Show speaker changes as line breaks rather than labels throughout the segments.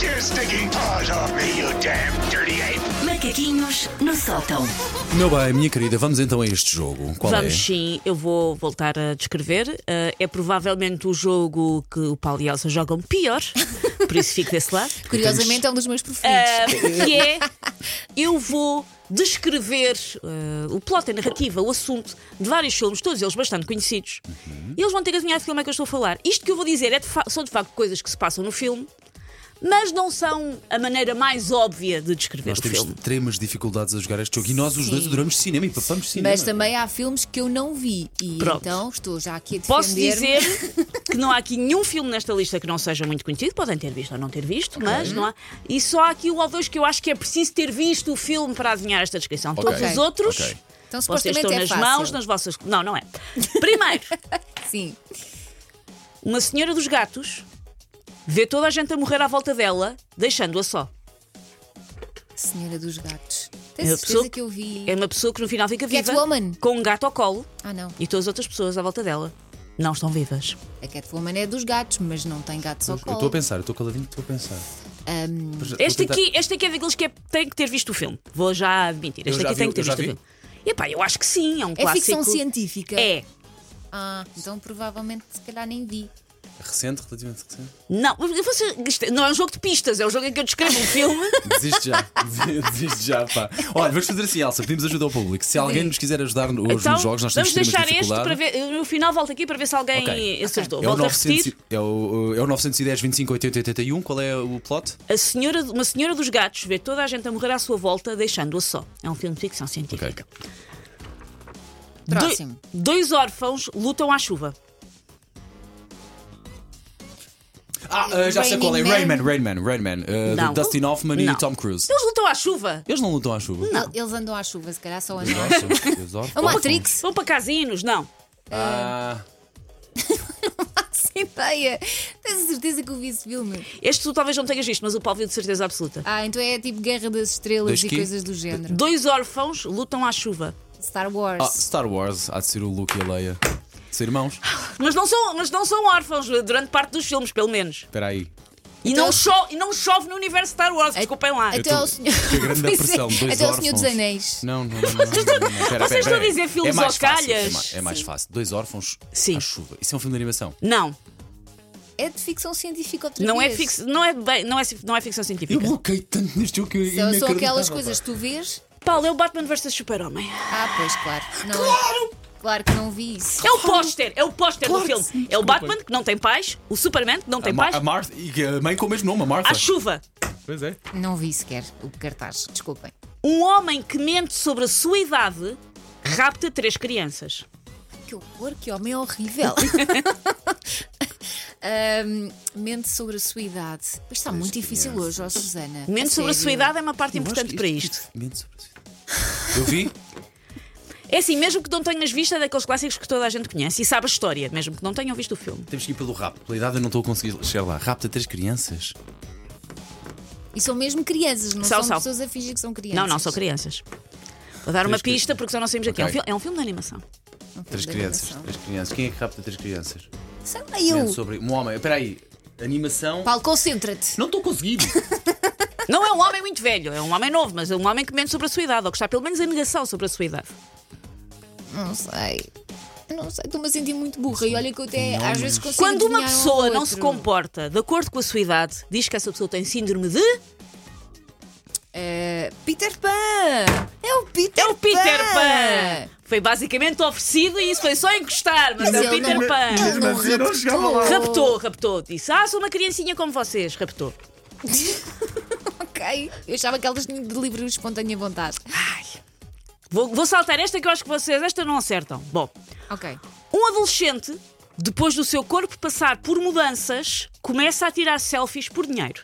your stinking paws off me, you damn dirty ape!
Macaquinhos no sótão.
Meu bem, minha querida, vamos então a este jogo. Qual
Vamos
é?
sim, eu vou voltar a descrever. Eh, é provavelmente o jogo que o Paulo e a Elsa jogam pior, por isso fico desse lado.
Curiosamente é um dos meus preferidos.
Eh, que é eu vou descrever eh, o plot, a narrativa, o assunto de vários filmes, todos eles bastante conhecidos,
Uhum.
e eles vão ter que adivinhar de que filme é que eu estou a falar. Isto que eu vou dizer é de fa- são de facto coisas que se passam no filme, mas não são a maneira mais óbvia de descrever
Nós
o
temos
filme.
extremas dificuldades a jogar este jogo e nós os dois adoramos cinema e papamos cinema.
Mas também há filmes que eu não vi. E
É. Pronto.
então estou já aqui a defender.
Posso dizer que não há aqui nenhum filme nesta lista que não seja muito conhecido. Podem ter visto ou não ter visto, mas não há. E só há aqui um ou dois que eu acho que é preciso ter visto o filme para adivinhar esta descrição. Todos os
Ok.
outros.
Ok.
Então,
Vocês
supostamente
estão
é
nas
fácil.
mãos, nas vossas. Não, não é. Primeiro,
Sim.
uma senhora dos gatos vê toda a gente a morrer à volta dela, deixando-a só.
Senhora dos Gatos.
É
Tenho
uma
certeza
pessoa-
que eu vi.
É uma pessoa que no final fica viva
Catwoman.
com um gato ao colo
Ah, não.
e todas as outras pessoas à volta dela não estão vivas.
A Catwoman é dos gatos, mas não tem gatos ao
Eu estou a
colo.
pensar, eu estou caladinho, estou a pensar.
Ahm,
Estou a
Este
tentar-
aqui, este aqui é daqueles que é- tem que ter visto o filme. Vou já admitir.
Eu
Este
já
aqui
vi,
tem que ter
eu já
visto o
vi.
filme. Epá, eu acho que sim, é um
é
clássico.
ficção científica?
É.
Ah, então provavelmente se calhar nem vi.
Recente, relativamente recente.
Não, mas você- isto não é um jogo de pistas, é um jogo em que eu descrevo um filme.
Desiste já, desiste já, pá. Olha, vamos fazer assim, Elsa, pedimos ajuda ao público. Se alguém nos quiser ajudar no- hoje
então,
nos jogos, nós temos
vamos deixar
extremas
este para
dificuldades.
ver. No final volto aqui para ver se alguém
Ok.
acertou.
É o,
Volto a repetir.
900, é, o, é o 910 25 80 81. Qual é o plot?
A senhora, uma senhora dos gatos vê toda a gente a morrer à sua volta, deixando-a só. É um filme de ficção científica. Doi-
Próximo.
dois órfãos lutam à chuva.
Ah, ah, já sei
Raining
qual é.
Man.
Rayman, Rayman, Rayman. Ah,
Não.
do Dustin Hoffman
Não.
e Tom Cruise.
Eles lutam à chuva.
Eles não lutam à chuva.
Ele- Eles andam à chuva, se calhar só andam à chuva.
Os órfãos.
É o Matrix?
Vão para casinos, não.
Ah,
Sem ideia. Tens a certeza que eu vi esse filme?
Este tu talvez não tenhas visto, mas o Paulo viu de certeza absoluta.
Ah, então é tipo Guerra das
Dois
Estrelas e
quê?
coisas do género.
Dois órfãos lutam à chuva.
Star
ah,
Wars.
Star Wars, há de ser o Luke e a Leia. Ser irmãos?
Mas não são, mas não são órfãos durante parte dos filmes, pelo menos.
Espera aí.
E,
Então-
não cho- e não chove no universo Star Wars, desculpem lá.
Até
tô-
ao Senhor.
Que grande
Pois é,
pressão. Dois
Até ao
órfãos.
Senhor dos Anéis.
Não, não, não. não, não, não, não. Espera,
Vocês
espera,
estão a dizer
espera.
filmes
é mais
aos
fácil,
calhas?
é ma- É mais fácil. Dois órfãos
Sim.
à chuva. Isso é um filme de animação.
Não,
É de ficção científica outra
não é,
vez.
fix- não, é bem- não, é, não é ficção científica.
bloqueei tanto neste jogo que eu
São, são aquelas coisas que tu vês.
Paulo, é o Batman vs Super-Homem.
Ah, pois, claro. Não, claro! Claro que não vi isso.
É o póster, é o póster do filme. é o Batman que não tem pais, o Superman que não tem
A, Ma
pais,
a Martha, e a mãe com o mesmo nome, a Martha.
à chuva.
Pois é.
Não vi sequer o cartaz, desculpem.
Um homem que mente sobre a sua idade rapta três crianças.
Que horror, que homem horrível. Ahm, mente sobre a sua idade. Mas está muito difícil hoje, ó Susana.
Mente sobre a sua
sério.
idade é uma parte importante para isto.
é Eu vi?
É assim, mesmo que não tenhas visto, é daqueles clássicos que toda a gente conhece e sabe a história, mesmo que não tenham visto o filme.
Temos que ir pelo rapto. Pela idade eu não estou a conseguir chegar lá. Rapta três crianças.
E são mesmo crianças, não
São,
são,
são.
pessoas a fingir que são crianças.
Não, não, são crianças. Vou dar uma
Três
pista porque senão não saímos daqui. É um
Ok.
fil- É um filme de animação.
Não foi
Três
da
crianças.
animação.
Três crianças. Quem é que rapta três crianças?
Sei lá, eu.
Mente sobre um homem. Espera aí. Animação.
Paulo, concentra-te.
Não estou conseguindo.
Não é um homem muito velho, é um homem novo, mas é um homem que mente sobre a sua idade, ou que está pelo menos a negação sobre a sua idade.
Não sei. Não sei, estou-me a sentir muito burra e olha que eu até às vezes consigo.
Quando uma
adivinhar um
pessoa
ao
não se
outro.
comporta de acordo com a sua idade, diz que essa pessoa tem síndrome de.
Eh, Peter Pan! É o Peter
É o Peter Pan! Foi basicamente oferecido e isso foi só encostar, mas é o
ele
Peter
não-
Pan!
Ele não raptou.
Raptou, raptou. Disse: Ah, sou uma criancinha como vocês. Raptou.
Ok. Eu achava que elas tinham de livre e espontânea vontade.
Vou, vou saltar esta que eu acho que vocês. Esta não acertam. Bom,
Ok.
um adolescente, depois do seu corpo passar por mudanças, começa a tirar selfies por dinheiro.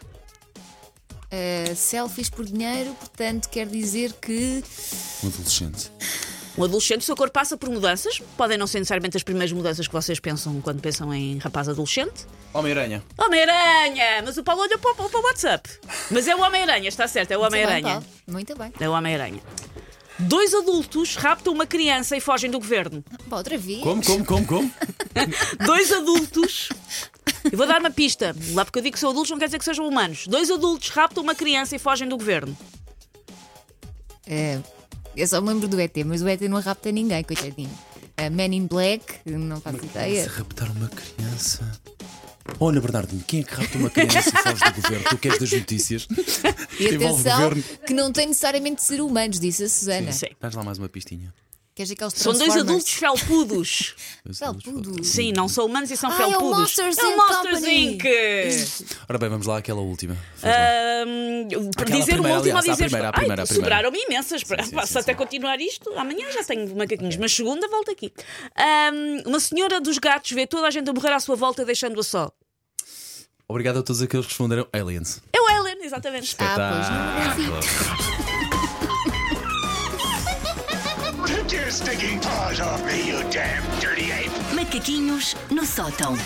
Eh, selfies por dinheiro, portanto, quer dizer que.
Um adolescente.
Um adolescente, o seu corpo passa por mudanças. Podem não ser necessariamente as primeiras mudanças que vocês pensam quando pensam em rapaz adolescente.
Homem-Aranha.
Homem-Aranha! Mas o Paulo olhou para, o- para o WhatsApp. Mas é o Homem-Aranha, está certo, é o
Muito bem,
Homem-Aranha.
Paulo. Muito bem.
É o Homem-Aranha. Dois adultos raptam uma criança e fogem do governo.
Pá, outra vez.
Como, como, como, como?
Dois adultos Eu vou dar uma pista. Lá porque eu digo que são adultos, não quer dizer que sejam humanos. Dois adultos raptam uma criança e fogem do governo.
É, eu só me lembro do ET, mas o ET não rapta ninguém, coitadinho. A Man in Black, não faço
Se
ideia.
raptar uma criança. Olha, Bernardinho, quem é que rapta uma criança e foge do governo? Tu queres das notícias?
E
envolve o
atenção,
governo.
que não tem necessariamente de ser humanos, disse a Susana.
Sim.
Traz lá mais uma pistinha.
Queres dizer que eles
São dois adultos felpudos.
Felpudos.
Sim, não são humanos e são
Ah, é o
felpudos.
Monsters
é o
Inc.
Monsters
Company.
Inc.
Ora bem, vamos lá àquela última. Faz
Ah.
lá.
Ahm, por
Aquela
dizer
primeira,
uma última,
aliás, à
dizer.
primeira, à primeira, à
Ai,
primeira.
sobraram-me imensas. para-
sim,
Posso
sim, É.
até
sim.
continuar isto? Amanhã já tenho macaquinhos, mas segunda volta aqui. Ahm, uma senhora dos gatos vê toda a gente a morrer à sua volta, deixando-a só.
Obrigado a todos aqueles que responderam Aliens. Tá.
É o Ellen, exatamente.
Ah, pois, não é assim.
Take your stinking paws off me, you damn dirty ape!
Macaquinhos no sótão.